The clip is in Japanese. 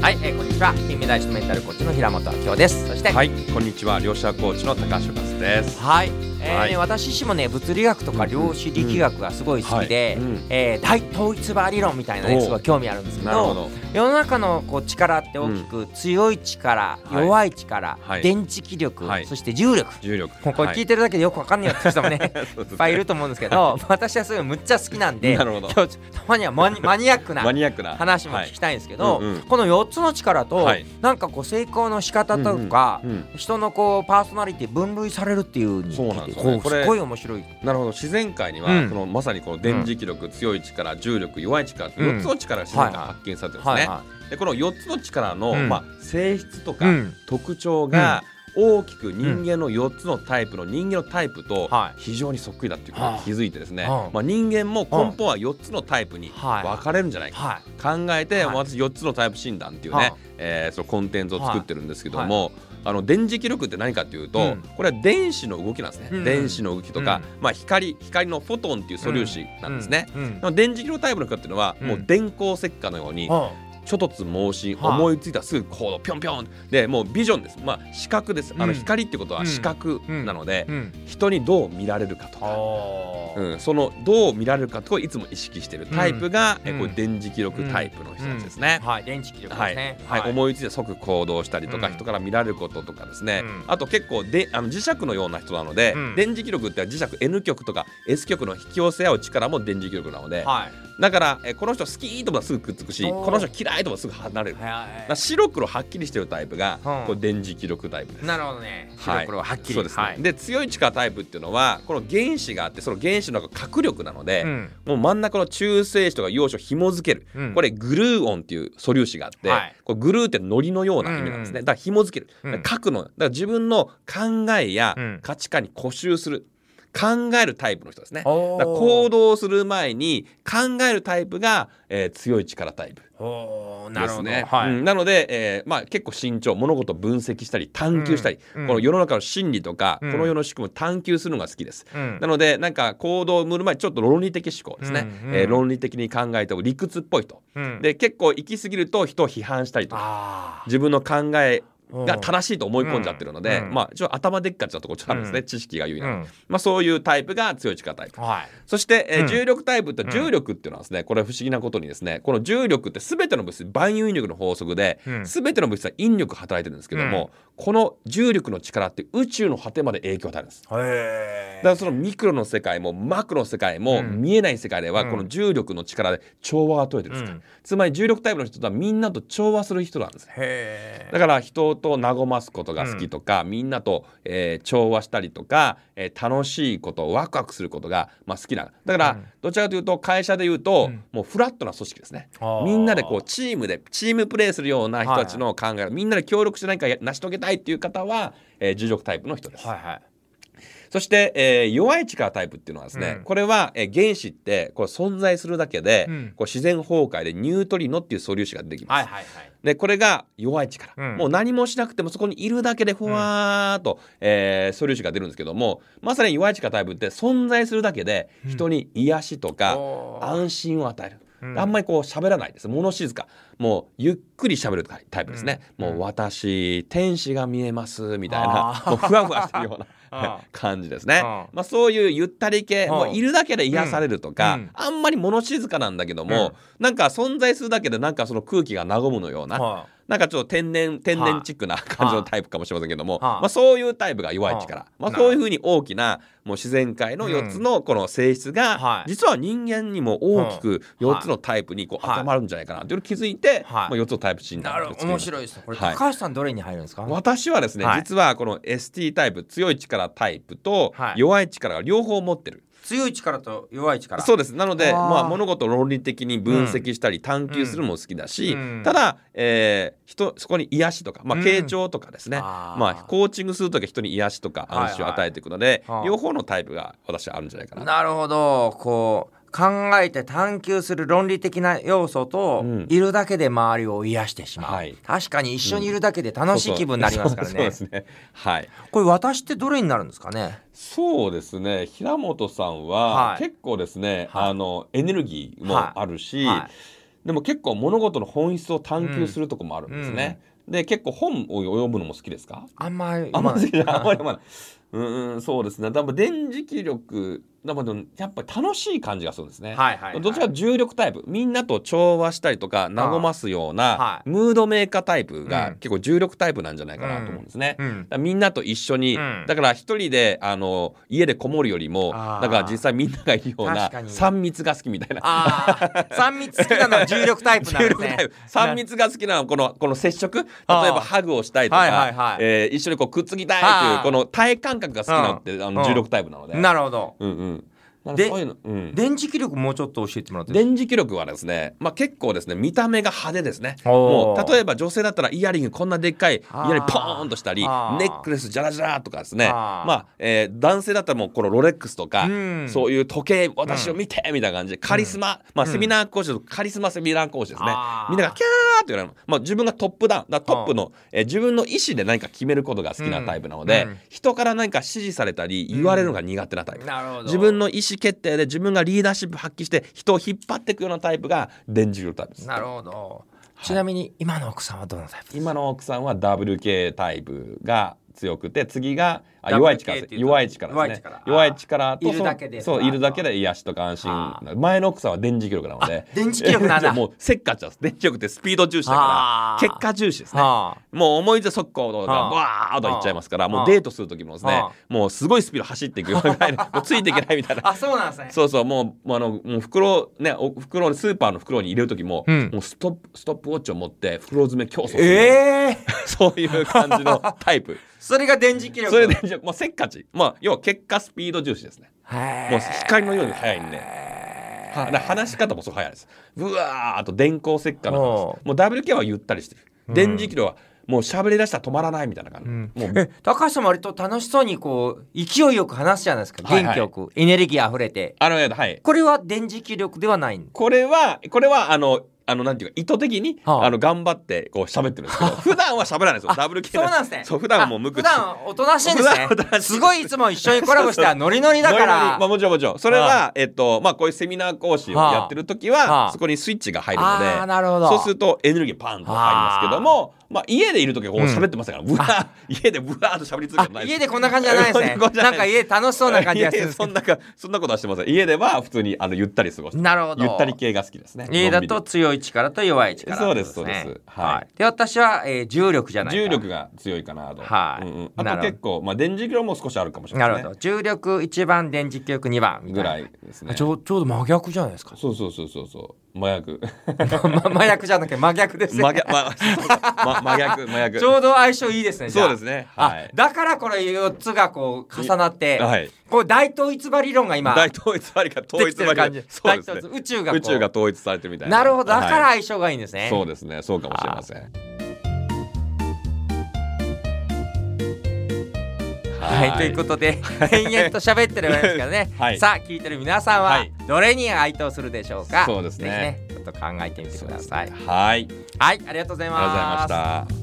はい、えーこんにちは金メダリストメンタルコーチの平本明夫ですそして、はいい、こんにちは、両者コーチの高橋和です。はいえーねはい私自身もね物理学とか量子力学がすごい好きで、うんうんえー大統一バー理論みたいなねおうすごい興味あるんですけどなるほど。世の中のこう力って大きく、強い力はい弱い力、はい電磁気力、はいそして重力重力。もうこれ聞いててるだけでよくわかんないよって人もね、い、いっぱいいると思うんですけど私はそういうのむっちゃ好きなんでなるほど今日ちょたまにはマニマニアックなマニアックな話も聞きたいんですけど、はいうんうんこの4つの力と、はいなんかこう成功の仕方とか、うんうん人のこうパーソナリティ分類されるっていう風にそう聞ないんてですよねこうこれすごい面白い。なるほど自然界には、うんそのまさにこの電磁気力、強い力重力弱い力うん4つの力が自然界に発見されてるんですね、でこの4つの力の、うんまあ、性質とかうん特徴が、大きく人間の4つのタイプの人間のタイプとはい非常にそっくりだっていうことに気づいてですね、はあまあ、人間も根本は4つのタイプにはい分かれるんじゃないかはい考えて、はい私4つのタイプ診断っていうね、はあえーそのコンテンツを作ってるんですけども、あの電磁気力って何かっていうと、うんこれは電子の動きなんですね、うん電子の動きとか、まあ、光光のフォトンっていう素粒子なんですね。うんうんでも電磁気力タイプの人っていうのは、うんもう電光石火のようには諸突猛進、はい思いついたらすぐ行動ピョンピョンでもうビジョンです、まあ、視覚です、あうのん光ってことは視覚なのであ、うん人にどう見られるかとあか、ーうん、そのどう見られるかといつも意識してるタイプが、うんえこういう電磁気力タイプの人たちですね。はい、電磁気力ではすいね。はいい思いついて即行動したりとか、うん人から見られることとかですね、うんあと結構であの磁石のような人なので、うん電磁気力って磁石 N 極とか S 極の引き寄せ合う力も電磁気力なので、はいだからえこの人好きとかすぐくっつくしおーこの人嫌いとかすぐ離れるだかはいら白黒はっきりしてるタイプが、うんこう電磁気力タイプです。なるほどね。白黒ははっきり。そうですねはいで強い力タイプっていうのはこの原子があってその原子の核力なので、うんもう真ん中の中性子とか陽子を紐付ける、うんこれグルーオンっていう素粒子があって、はいこれグルーって糊のような意味なんですね、うんうんだから紐付ける、うんだから核のだから自分の考えやうん価値観に固執する考えるタイプの人ですねだかおーら行動する前に考えるタイプが、えー強い力タイプおーなでるほすど。ねはい。うんなので、えーまあ、結構慎重物事を分析したり探求したり、うんこの世の中の真理とか、うんこの世の仕組みを探求するのが好きです、うんなのでなんか行動を生む前にちょっと論理的思考ですね、うんうんえー論理的に考えても理屈っぽいと、うんで結構行き過ぎると人を批判したりとかあ自分の考ーえが正しいと思い込んじゃってるので、うんまあちょっと頭でっかちなところちょっとあるんですね、う知識が優位うな、んまあ、そういうタイプが強い力タイプはい。そして、えーうん重力タイプってん重力っていうのはですねこれ不思議なことにですねこの重力って全ての物質万有引力の法則で、うん全ての物質は引力働いてるんですけども、この重力の力って宇宙の果てまで影響を与えるんです。へだからそのミクロの世界もマクロの世界もうん見えない世界ではうんこの重力の力で調和が取れてるんです、うんつまり重力タイプの人はみんなと調和する人なんですへだから人と和ますことが好きとか、みんなと、えー調和したりとか、えー楽しいことワクワクすることが、まあ、好きなだから、うんどちらかというと会社でいうと、うんもうフラットな組織ですねあーみんなでこうチームでチームプレーするような人たちの考え、みんなで協力して何かや成し遂げたいっていう方は、えー重力タイプの人です。はいはい。そして、えー弱い力タイプっていうのはですね、うんこれは、えー原子ってこれ存在するだけで、うんこう自然崩壊でニュートリノっていう素粒子ができまはす。いはいはい。でこれが弱い力、うんもう何もしなくてもそこにいるだけでふわーっと、えー素粒子が出るんですけどもまさに弱い力タイプって存在するだけで人に癒しとかおー安心を与える。うんあんまりこう喋らないです物静かもうゆっくり喋るタイプですね、うんもう私天使が見えますみたいあなーもうふわふわしてるようなあ 感じですねあーまあ、そういうゆったり系あーもういるだけで癒されるとか、うんうんあんまり物静かなんだけども、なんか存在するだけでなんかその空気が和むのような、はなんかちょっと天然天然チックな感じのタイプかもしれませんけども、はあまあ、そういうタイプが弱い力、はあまあ、なるそういうふうに大きなもう自然界のうん4つのこの性質はがい実は人間にも大きくはあ4つのタイプにこうはい当てはまるんじゃないかなというのを気づいて、はいまあ、4つのタイプ診いな断るをほ作ど。りま面した白いですね。これはい高橋さんどれに入るんですか。私はですね、はい実はこの ST タイプ強い力タイプとはい弱い力が両方持ってる、強い力と弱い力。そうう。ですなのであーまあ、物事を論理的に分析したり探求するのも好きだし、うんただ、えー人そこに癒しとか、まあ、うん傾聴とかですね、あーまあ、コーチングする時は人に癒しとか安心を与えていくので、はいはいはあ両方のタイプが私はあるんじゃないかな。なるほど。こう。考えて探求する論理的な要素と、うんいるだけで周りを癒してしまう、はい確かに一緒にいるだけで楽しい気分になりますからねそうそうそうですね。はい。これ私ってどれになるんですかねそうですね。平本さんははい結構ですね、はいあのエネルギーもあるし、はいでも結構物事の本質を探求するとこもあるんですね。で結構本を読むのも好きですかあんまりあんまり好きじゃないあんまりり読まない。うんうんそうですね多分電磁気力多分やっぱり楽しい感じがするんですはね。いはいはいどっちかというと重力タイプみんなと調和したりとか和ますようはないムードメーカータイプうがん結構重力タイプなんじゃないかなと思うんですね。うんだからみんなと一緒に、うんだから一人であの家でこもるよりもあーだから実際みんながいるような確かに3密が好きみたいな。ああ三密好きなのは重力タイプなん重です力タねイプ3密が好きなのはこのこの接触例えあーばハグをしたいとか、はいはいはいえー一緒にこうくっつきたいといあうーこの体感覚が好きなのってあのうん重力タイプなので。なるほどうんうん、なんかでそういうの、うん、電磁気力もうちょっと教えてもらっていいです電磁気力はですね、まあ、結構ですね見た目が派手ですねおもーう例えば女性だったらイヤリングこんなでっかいイあーヤリングポーンとしたりネあーックレスジャラジャラとかですねあーまあ、えー男性だったらもうこのロレックスとか、うんそういう時計私を見てみたいな感じでカリスマ、まあ、セミナー講師とカリスマセミナー講師ですねあーみんながキャーって言われる、まあ、自分がトップダウンだからトップの、えー自分の意思で何か決めることが好きなタイプなので、うんうん人から何か指示されたり言われるのが苦手なタイプ、なるほど自分の意思決定で自分がリーダーシップ発揮して人を引っ張っていくようなタイプが電磁力タイプですなるほどちなみに今の奥さんはどのタイプ今の奥さんは WK タイプが強くて次があ WK 弱い力でっていうとす弱い力弱いですね力弱い力といるだけでそのそうあーいるだけで癒しとか安あ心前の奥さんは電磁力なのであ電磁気力 なんだもうせっかちなんです電磁力ってスピード重視だかあーら結果重視ですねはもう思い出速攻とかああバーッといっちゃいますからもうああデートする時もですねああもうすごいスピード走っていくようなぐら いのもうついていけないみたいなああそうなんですねそうそうもうもうあのもう袋ねお袋スーパーの袋に入れる時も、うんもうストップストップウォッチを持って袋詰め競争する、ええー、 そういう感 じのタイプそれが電磁気力それでじゃあもうせっかちまあ要は結果スピード重視ですねももう光のように速いんで。はだから話し方もそう速いです。うわーあと電光石火の話おもう WK はゆったりしてる。電磁気量はもう喋り出したら止まらないみたいな感じ。もうえ高橋さんも割と楽しそうにこう勢いよく話すじゃないですかはいは元い気よく、エネルギーあふれてあのはいこれは電磁気力ではないんこれはこれはあのあのなんていうか意図的に、はああの頑張ってこう喋ってるんですけど普段は喋らないですよダブル K そうなんですねそう普段はもう無口あ普段おとなしいんですね普段はおとなしいすごいいつも一緒にコラボしてはノリノリだかノリノらリまあもちろんもちろんそれは、はえっとまあこういうセミナー講師をやってる時は、はあそこにスイッチが入るのでああなるほどそうするとエネルギーパンと入りますけどもまあ家でいる時はこう喋ってましたから、うわ家でうわーっと喋り続けあてないです家でこんな感じじゃないですね こんじゃなんか家楽しそうな感じがするんでいやいやすそんなかそんなことはしてません家では普通にあのゆったり過 ごしてなるほどゆったり系が好きですね家だのんびりと強い力と弱い力そうですってことねそうですはいで私は、えー重力じゃないか重力が強いかなと。はいうんうん、あなとるほど結構、まあ、電磁気量も少しあるかもしれなないるですほど。重ね力1番電磁気力2番みたぐいならいですね。ちょちょうど真逆じゃないですか そうそうそうそうそう。麻薬。ま真逆じゃなくて 真逆ですね麻 薬、ま、そうかま麻薬、麻薬。ちょうど相性いいですねじゃあそうですね。はあい。だからこれ4つがこう重なって、はいこう大統一場理論が今大統一ありか統でき一てる割感りじかそうです大統ね。一宇宙がこう宇宙が統一されてるみたいな。なるほどだかはらい相性がいいんですね、そうですね。そうかもしれません。はい、ということで延々と喋ってるわけですからね、 はいさあ聞いてる皆さんははいどれに該当するでしょうか、そうですねぜひねちょっと考えてみてください、はい。ありがとうはいありがとうございございまましすた。